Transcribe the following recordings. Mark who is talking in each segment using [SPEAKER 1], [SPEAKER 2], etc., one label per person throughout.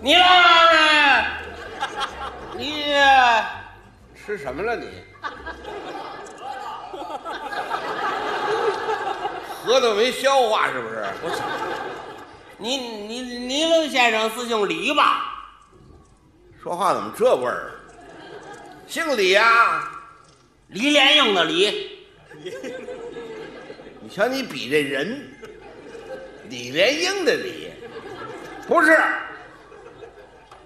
[SPEAKER 1] 你老呢？ 你
[SPEAKER 2] 吃什么了你？核桃没消化是不是？
[SPEAKER 1] 你你尼龙先生是姓李吧？
[SPEAKER 2] 说话怎么这味儿？啊姓李呀、
[SPEAKER 1] 李莲英的李，
[SPEAKER 2] 你瞧你比这人，李莲英的李，不是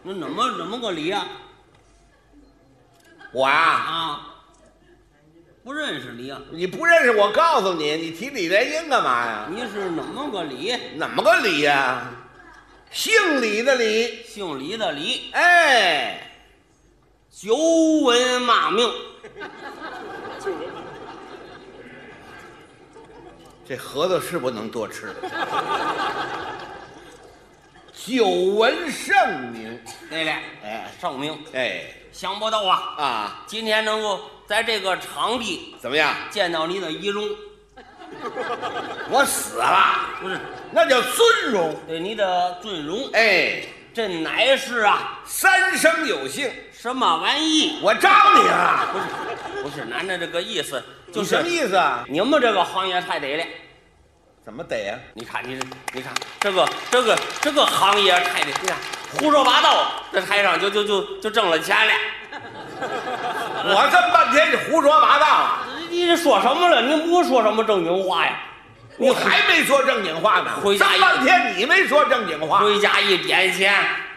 [SPEAKER 1] 那怎么怎么个李啊？
[SPEAKER 2] 我呀、
[SPEAKER 1] 啊，不认识李啊？
[SPEAKER 2] 你不认识我，告诉你，你提李莲英干嘛呀？
[SPEAKER 1] 你是怎么个李？
[SPEAKER 2] 怎么个李呀、姓李的李，
[SPEAKER 1] 姓李的李，
[SPEAKER 2] 哎，
[SPEAKER 1] 久闻骂名，
[SPEAKER 2] 这核桃是不能多吃了。久闻盛名，
[SPEAKER 1] 对了，
[SPEAKER 2] 哎
[SPEAKER 1] 盛名，
[SPEAKER 2] 哎
[SPEAKER 1] 想不到啊，
[SPEAKER 2] 啊，
[SPEAKER 1] 今天能够在这个场地
[SPEAKER 2] 怎么样？
[SPEAKER 1] 见到你的仪容，
[SPEAKER 2] 我死了，
[SPEAKER 1] 不是
[SPEAKER 2] 那叫尊荣。
[SPEAKER 1] 对你的尊容，
[SPEAKER 2] 哎，
[SPEAKER 1] 这乃是啊
[SPEAKER 2] 三生有幸，
[SPEAKER 1] 什么玩意？
[SPEAKER 2] 我招你了。
[SPEAKER 1] 不是，不是，男的这个意思就
[SPEAKER 2] 你
[SPEAKER 1] 是
[SPEAKER 2] 什么意思啊？
[SPEAKER 1] 你们这个行业太得了。
[SPEAKER 2] 怎么逮呀、
[SPEAKER 1] 你看，你这，你看这个这个这个行业太得，你看胡说八道，这台上就就就就挣了钱了。
[SPEAKER 2] 我这么半天你胡说八道啊！
[SPEAKER 1] 你这说什么了？你不说什么正经话呀？你
[SPEAKER 2] 我还没说正经话呢。
[SPEAKER 1] 回
[SPEAKER 2] 这
[SPEAKER 1] 家
[SPEAKER 2] 么半天你没说正经话，
[SPEAKER 1] 回家一点钱，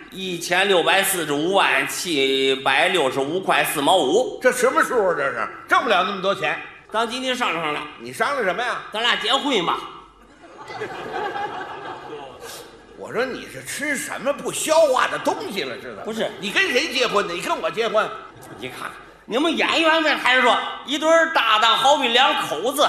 [SPEAKER 1] 一千六百四十五万七百六十五块四毛五。
[SPEAKER 2] 这什么数啊？这是挣不了那么多钱。
[SPEAKER 1] 咱今天商量商量，
[SPEAKER 2] 你商量什么呀？
[SPEAKER 1] 咱俩结婚吧。
[SPEAKER 2] 我说你是吃什么不消化的东西了似的？
[SPEAKER 1] 不是
[SPEAKER 2] 你跟谁结婚的？你跟我结婚？
[SPEAKER 1] 你看，你们演员在台上说一对儿搭档好比两口子，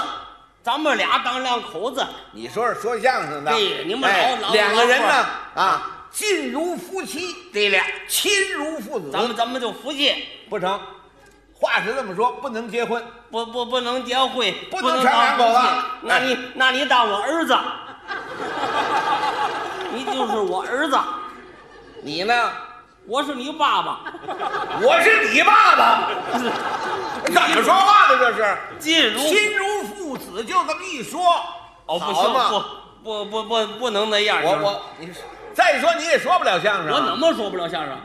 [SPEAKER 1] 咱们俩当两口子，
[SPEAKER 2] 你说是说相声的？
[SPEAKER 1] 对你们老
[SPEAKER 2] 哎
[SPEAKER 1] 老
[SPEAKER 2] 两个人呢
[SPEAKER 1] 老
[SPEAKER 2] 啊，近如夫妻，
[SPEAKER 1] 对了，
[SPEAKER 2] 亲如父子，
[SPEAKER 1] 咱们咱们就夫妻，
[SPEAKER 2] 不成。话是这么说，不能结婚。
[SPEAKER 1] 不不不能结婚，
[SPEAKER 2] 不
[SPEAKER 1] 能
[SPEAKER 2] 能成两
[SPEAKER 1] 当夫
[SPEAKER 2] 口子
[SPEAKER 1] 妻那你那你当我儿子，你就是我儿子，
[SPEAKER 2] 你呢？
[SPEAKER 1] 我是你爸爸，
[SPEAKER 2] 我是你 爸爸，怎么说话呢？这是
[SPEAKER 1] 进如
[SPEAKER 2] 亲如父子，就这么一说，
[SPEAKER 1] 哦不
[SPEAKER 2] 好
[SPEAKER 1] 行
[SPEAKER 2] 嘛
[SPEAKER 1] 不不不不不能那样，
[SPEAKER 2] 我
[SPEAKER 1] 就是
[SPEAKER 2] 我你再说你也说不了相声
[SPEAKER 1] 我
[SPEAKER 2] 啊。
[SPEAKER 1] 怎么说不了相声？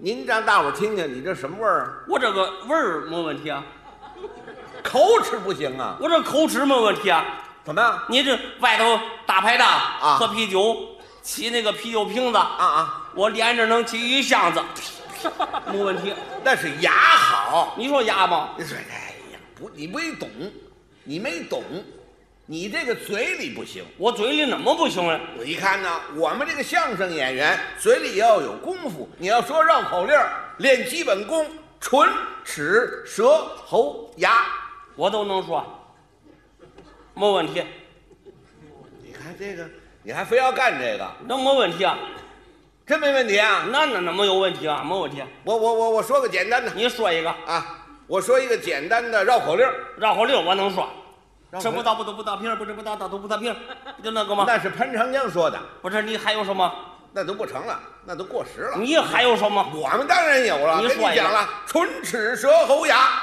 [SPEAKER 2] 您让大伙儿听听，你这什么味儿？啊
[SPEAKER 1] 我这个味儿没问题啊，
[SPEAKER 2] 口齿不行啊？
[SPEAKER 1] 我这口齿没问题啊。
[SPEAKER 2] 怎么样？
[SPEAKER 1] 你这外头打牌的
[SPEAKER 2] 啊
[SPEAKER 1] 喝啤酒，起那个啤酒瓶子，
[SPEAKER 2] 啊啊，
[SPEAKER 1] 我连着能起一箱子，没问题。
[SPEAKER 2] 那是牙好。
[SPEAKER 1] 你说牙吗？
[SPEAKER 2] 你说，哎呀，不，你没懂，你没懂，你这个嘴里不行。
[SPEAKER 1] 我嘴里怎么不行了？
[SPEAKER 2] 我一看呢，我们这个相声演员嘴里要有功夫，你要说绕口令儿，练基本功，唇、齿、舌、喉、牙。
[SPEAKER 1] 我都能说，没问题，
[SPEAKER 2] 你看这个，你还非要干这个，
[SPEAKER 1] 那没问题啊，
[SPEAKER 2] 真没问题啊！
[SPEAKER 1] 那那那没有问题啊，没问题。
[SPEAKER 2] 我我我我说个简单的
[SPEAKER 1] 你说一个
[SPEAKER 2] 啊，我说一个简单的绕口令儿，
[SPEAKER 1] 绕口令，我能说。
[SPEAKER 2] 绕口令
[SPEAKER 1] 吃不到不吐不打皮儿，不吃不打打吐不打皮儿，不就那个吗？
[SPEAKER 2] 那是潘长江说的，
[SPEAKER 1] 不是你还有什么？
[SPEAKER 2] 那都不成了，那都过时了。
[SPEAKER 1] 你还有什么？
[SPEAKER 2] 我们当然有了，
[SPEAKER 1] 你
[SPEAKER 2] 跟
[SPEAKER 1] 说
[SPEAKER 2] 你
[SPEAKER 1] 一个嗯
[SPEAKER 2] 讲了，唇、齿、舌、喉、牙。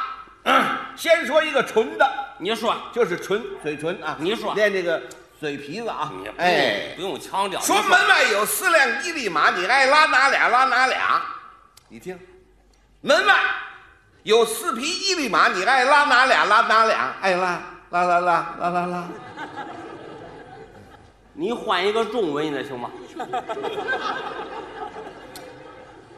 [SPEAKER 2] 先说一个唇的，
[SPEAKER 1] 你说，
[SPEAKER 2] 就是唇，嘴唇啊。
[SPEAKER 1] 你说
[SPEAKER 2] 练这个嘴皮子啊
[SPEAKER 1] 你不，用
[SPEAKER 2] 哎，
[SPEAKER 1] 不用强调。
[SPEAKER 2] 说
[SPEAKER 1] 你
[SPEAKER 2] 门外有四辆一匹马，你爱拉哪俩拉哪俩。你听，门外有四匹一匹马，你爱拉哪俩拉哪俩，爱拉拉拉拉拉拉拉。
[SPEAKER 1] 你换一个中文的行吗？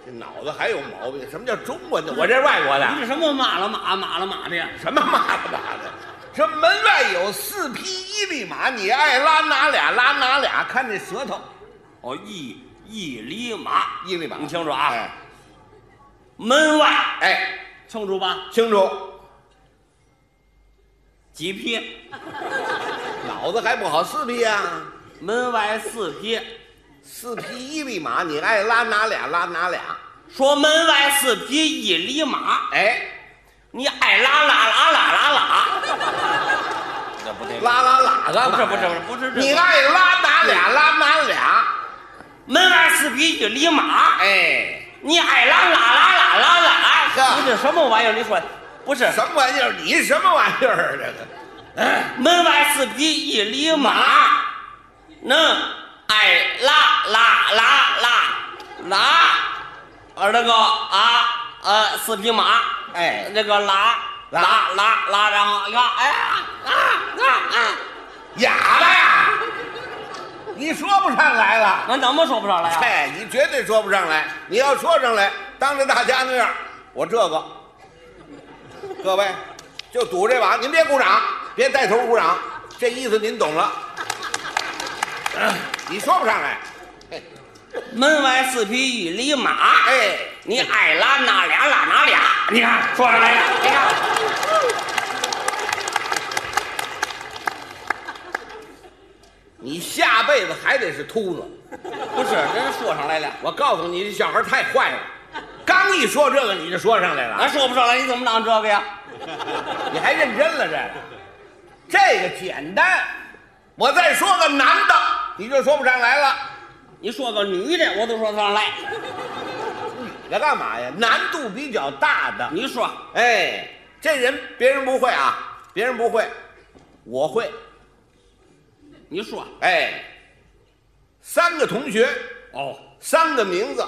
[SPEAKER 2] 这脑子还有毛病？什么叫中文的？我这是外国的
[SPEAKER 1] 你。这什么骂了骂骂了骂的呀？
[SPEAKER 2] 什么妈的妈的？这门外有四匹一匹马，你爱拉哪俩拉哪俩，看这舌头，
[SPEAKER 1] 哦，一一里马，
[SPEAKER 2] 一匹马。
[SPEAKER 1] 你听着啊，
[SPEAKER 2] 哎
[SPEAKER 1] 门外
[SPEAKER 2] 哎，
[SPEAKER 1] 清楚吧？
[SPEAKER 2] 清楚，
[SPEAKER 1] 几匹？
[SPEAKER 2] 脑子还不好，四匹啊，
[SPEAKER 1] 门外四匹。
[SPEAKER 2] 四匹一匹马，你爱拉哪俩拉哪俩。
[SPEAKER 1] 说门外四匹一里马，
[SPEAKER 2] 哎，
[SPEAKER 1] 你爱拉拉拉拉拉拉。这不对，
[SPEAKER 2] 拉拉哪干嘛呀？
[SPEAKER 1] 不是不是不是不是这
[SPEAKER 2] 你爱拉哪俩拉哪俩，
[SPEAKER 1] 门外四匹一匹马，
[SPEAKER 2] 哎，
[SPEAKER 1] 你爱拉拉拉拉拉拉，
[SPEAKER 2] 呵
[SPEAKER 1] 你这什么玩意儿？你说不啊是？啊
[SPEAKER 2] 什么玩意儿？你什么玩意儿？啊这个，哎，
[SPEAKER 1] 门外四匹一匹马，能爱拉拉拉拉拉，呃那个啊呃四匹马，
[SPEAKER 2] 哎
[SPEAKER 1] 那个拉
[SPEAKER 2] 拉
[SPEAKER 1] 拉拉拉，然后呀哎呀啊啊啊，
[SPEAKER 2] 哑巴呀！你说不上来了，
[SPEAKER 1] 俺怎么说不上来啊？
[SPEAKER 2] 哎，你绝对说不上来。你要说上来，当着大家那样，我这个，各位就赌这把，您别鼓掌，别带头鼓掌，这意思您 懂了。你说不上来，
[SPEAKER 1] 门外四匹一匹马，
[SPEAKER 2] 哎，
[SPEAKER 1] 你爱拉哪俩拉哪俩，你看说上来了，你看。
[SPEAKER 2] 你下辈子还得是秃子。
[SPEAKER 1] 不是，真说上来了，
[SPEAKER 2] 我告诉你，这小孩太坏了，刚一说这个你就说上来了
[SPEAKER 1] 俺，说不上来，你怎么当这个呀？
[SPEAKER 2] 你还认真了这个，这个简单。我再说个男的，你就说不上来了。
[SPEAKER 1] 你说个女的，我都说得上来。
[SPEAKER 2] 你这干嘛呀？难度比较大的。
[SPEAKER 1] 你说
[SPEAKER 2] 哎，这人别人不会啊，别人不会，我会。
[SPEAKER 1] 你说
[SPEAKER 2] 哎，三个同学，
[SPEAKER 1] 哦，
[SPEAKER 2] 三个名字，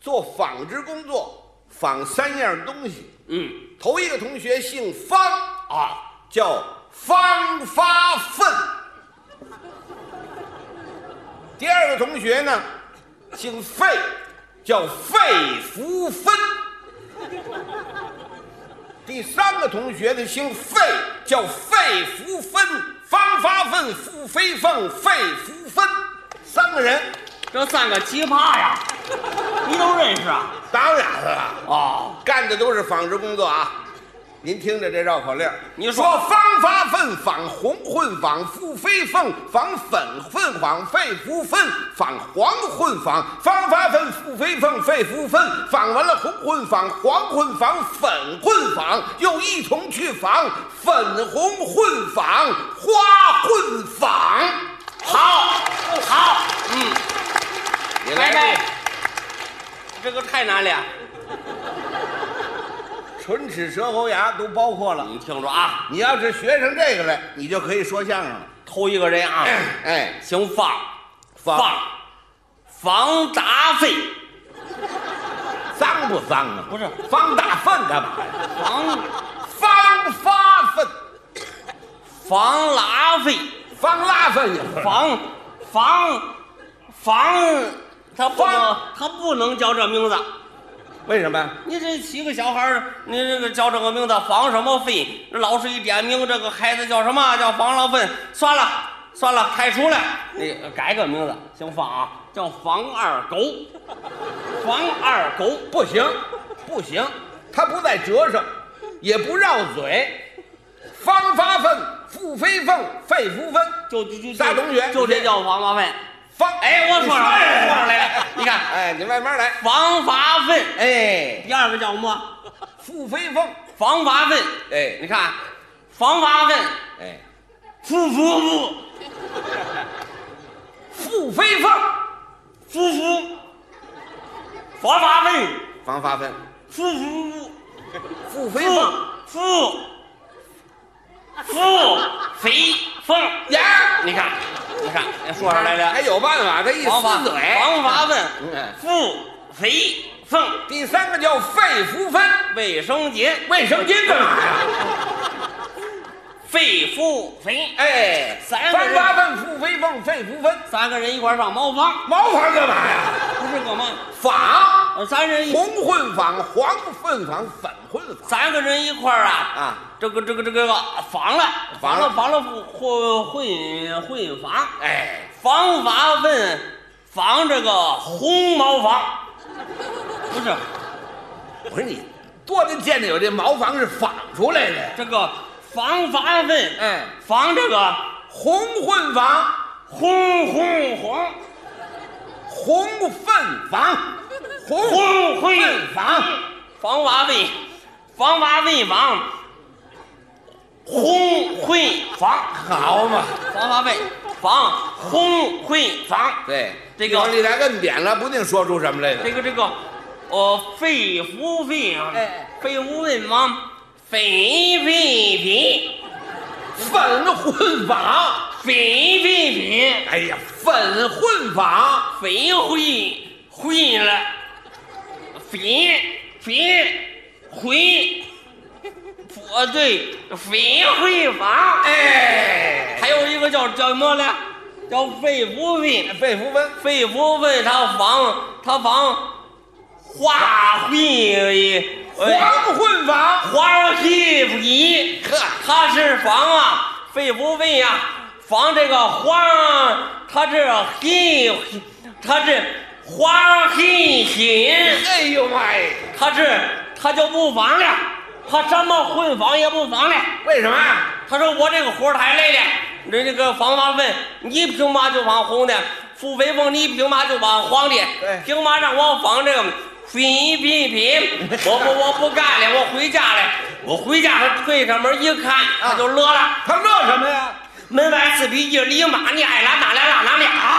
[SPEAKER 2] 做纺织工作，纺三样东西。
[SPEAKER 1] 嗯
[SPEAKER 2] 头一个同学姓方，
[SPEAKER 1] 啊，
[SPEAKER 2] 叫方发奋。第二个同学呢，姓费，叫费福芬。第三个同学呢，姓费，叫费福芬，方发奋，付飞凤，费福芬，三个人。
[SPEAKER 1] 这三个奇葩呀，你都认识啊？
[SPEAKER 2] 当然了，
[SPEAKER 1] 哦，
[SPEAKER 2] 干的都是纺织工作啊。您听着这绕口令儿，
[SPEAKER 1] 你说
[SPEAKER 2] 说方发粪仿红混仿腹飞凤仿粉混仿肺福粪仿黄混仿方发粪腹飞凤肺福粪仿完了红混仿黄混仿粉混仿，又一同去仿粉红混仿花混仿。
[SPEAKER 1] 好，好，嗯，
[SPEAKER 2] 你
[SPEAKER 1] 拜
[SPEAKER 2] 来
[SPEAKER 1] 拜。这个太难了，
[SPEAKER 2] 这唇齿舌喉牙都包括了。
[SPEAKER 1] 你听着啊，
[SPEAKER 2] 你要是学上这个来，你就可以说相声了。
[SPEAKER 1] 头一个人啊，
[SPEAKER 2] 哎，
[SPEAKER 1] 姓方，
[SPEAKER 2] 方
[SPEAKER 1] 方达飞，
[SPEAKER 2] 脏不脏啊？
[SPEAKER 1] 不是
[SPEAKER 2] 方大粪干嘛呀？
[SPEAKER 1] 方
[SPEAKER 2] 方发粪，
[SPEAKER 1] 方拉飞，
[SPEAKER 2] 方拉粪也不是。
[SPEAKER 1] 方方方，他不能
[SPEAKER 2] 方
[SPEAKER 1] 他不能叫这名字。
[SPEAKER 2] 为什么呀？
[SPEAKER 1] 你这七个小孩儿，你这个叫这个名字防什么费？老师一点名，这个孩子叫什么？叫防了粪。算了算了，开除了。那个改个名字，姓方啊，叫防二狗。防二狗，
[SPEAKER 2] 不行，不行，他不带折上，也不绕嘴。方发粪，腹飞粪，肺福粪。
[SPEAKER 1] 就就就
[SPEAKER 2] 大同学
[SPEAKER 1] 就这叫防发粪。
[SPEAKER 2] 方
[SPEAKER 1] 哎，我说上来了，说上来了。你看，
[SPEAKER 2] 哎，你慢慢来。
[SPEAKER 1] 防发粪，
[SPEAKER 2] 哎，
[SPEAKER 1] 第二个叫什么？
[SPEAKER 2] 腹飞粪，
[SPEAKER 1] 防发粪。
[SPEAKER 2] 哎
[SPEAKER 1] 你看，防发粪，
[SPEAKER 2] 哎，
[SPEAKER 1] 夫夫夫
[SPEAKER 2] 腹飞粪，
[SPEAKER 1] 夫夫，防发粪，
[SPEAKER 2] 方发粪，
[SPEAKER 1] 夫夫夫。
[SPEAKER 2] 腹
[SPEAKER 1] 腹
[SPEAKER 2] 飞粪。
[SPEAKER 1] 腹腹肥凤
[SPEAKER 2] 呀
[SPEAKER 1] 你看，你看，说上来
[SPEAKER 2] 还
[SPEAKER 1] 了，
[SPEAKER 2] 哎有办法，他一
[SPEAKER 1] 王法
[SPEAKER 2] 撕嘴。
[SPEAKER 1] 王法问
[SPEAKER 2] 嗯
[SPEAKER 1] 腹肥凤
[SPEAKER 2] 第三个叫肺福分，
[SPEAKER 1] 卫生洁，
[SPEAKER 2] 卫生巾干嘛呀？
[SPEAKER 1] 肺腹肥，
[SPEAKER 2] 哎，
[SPEAKER 1] 三个
[SPEAKER 2] 方
[SPEAKER 1] 人
[SPEAKER 2] 八粪、腹飞凤、肺福分，
[SPEAKER 1] 三个人一块儿上茅房，
[SPEAKER 2] 茅房干嘛呀？
[SPEAKER 1] 不是我吗？
[SPEAKER 2] 仿
[SPEAKER 1] 呃三人一
[SPEAKER 2] 红混仿、黄混仿、粉混仿
[SPEAKER 1] 三个人一块儿啊
[SPEAKER 2] 啊！
[SPEAKER 1] 这个这个这个房了，
[SPEAKER 2] 房了
[SPEAKER 1] 房了混混混房，
[SPEAKER 2] 哎，
[SPEAKER 1] 防法问防这个红茅房，不是
[SPEAKER 2] 我说你多得见得有这茅房是仿出来的呀。
[SPEAKER 1] 这个防法问，
[SPEAKER 2] 哎，
[SPEAKER 1] 防这个
[SPEAKER 2] 红混仿、
[SPEAKER 1] 红红红
[SPEAKER 2] 红粪房、红
[SPEAKER 1] 红混
[SPEAKER 2] 房、
[SPEAKER 1] 防法问，防法问防红混防，
[SPEAKER 2] 好嘛？
[SPEAKER 1] 防法问防红混防，
[SPEAKER 2] 对，
[SPEAKER 1] 这
[SPEAKER 2] 一会儿
[SPEAKER 1] 个
[SPEAKER 2] 你再摁扁了，不定说出什么来了。
[SPEAKER 1] 这个这个，呃，肺腑肺啊
[SPEAKER 3] 哎，
[SPEAKER 1] 肺腑问吗？肺肺脾，
[SPEAKER 2] 反混法，
[SPEAKER 1] 肺肺脾，
[SPEAKER 2] 哎呀，反混法，
[SPEAKER 1] 肺会会了，肺肺会，不对，肺会法。
[SPEAKER 2] 哎，
[SPEAKER 1] 还有一个叫叫什么来？叫肺腑肺。
[SPEAKER 2] 费福文，
[SPEAKER 1] 肺腑肺他防他防花会
[SPEAKER 2] 黄混法，
[SPEAKER 1] 花气脾，
[SPEAKER 2] 哎呵，
[SPEAKER 1] 他是防啊肺腑肺呀，防这个花，他是气，他是花气血，
[SPEAKER 2] 哎呦妈呀，
[SPEAKER 1] 他是他就不防了，他什么混防也不防了。
[SPEAKER 2] 为什么？
[SPEAKER 1] 他说我这个活儿太累了，你这个防花粪，你凭嘛就防红的？付飞凤，你凭嘛就防黄的
[SPEAKER 2] 对？
[SPEAKER 1] 凭嘛让我防这个飞皮皮？我不我不干了，我回家了。我回家，他推开门一看，他就乐了。
[SPEAKER 2] 他乐什么呀？
[SPEAKER 1] 门外四匹一里马，你爱拉哪来拉哪俩。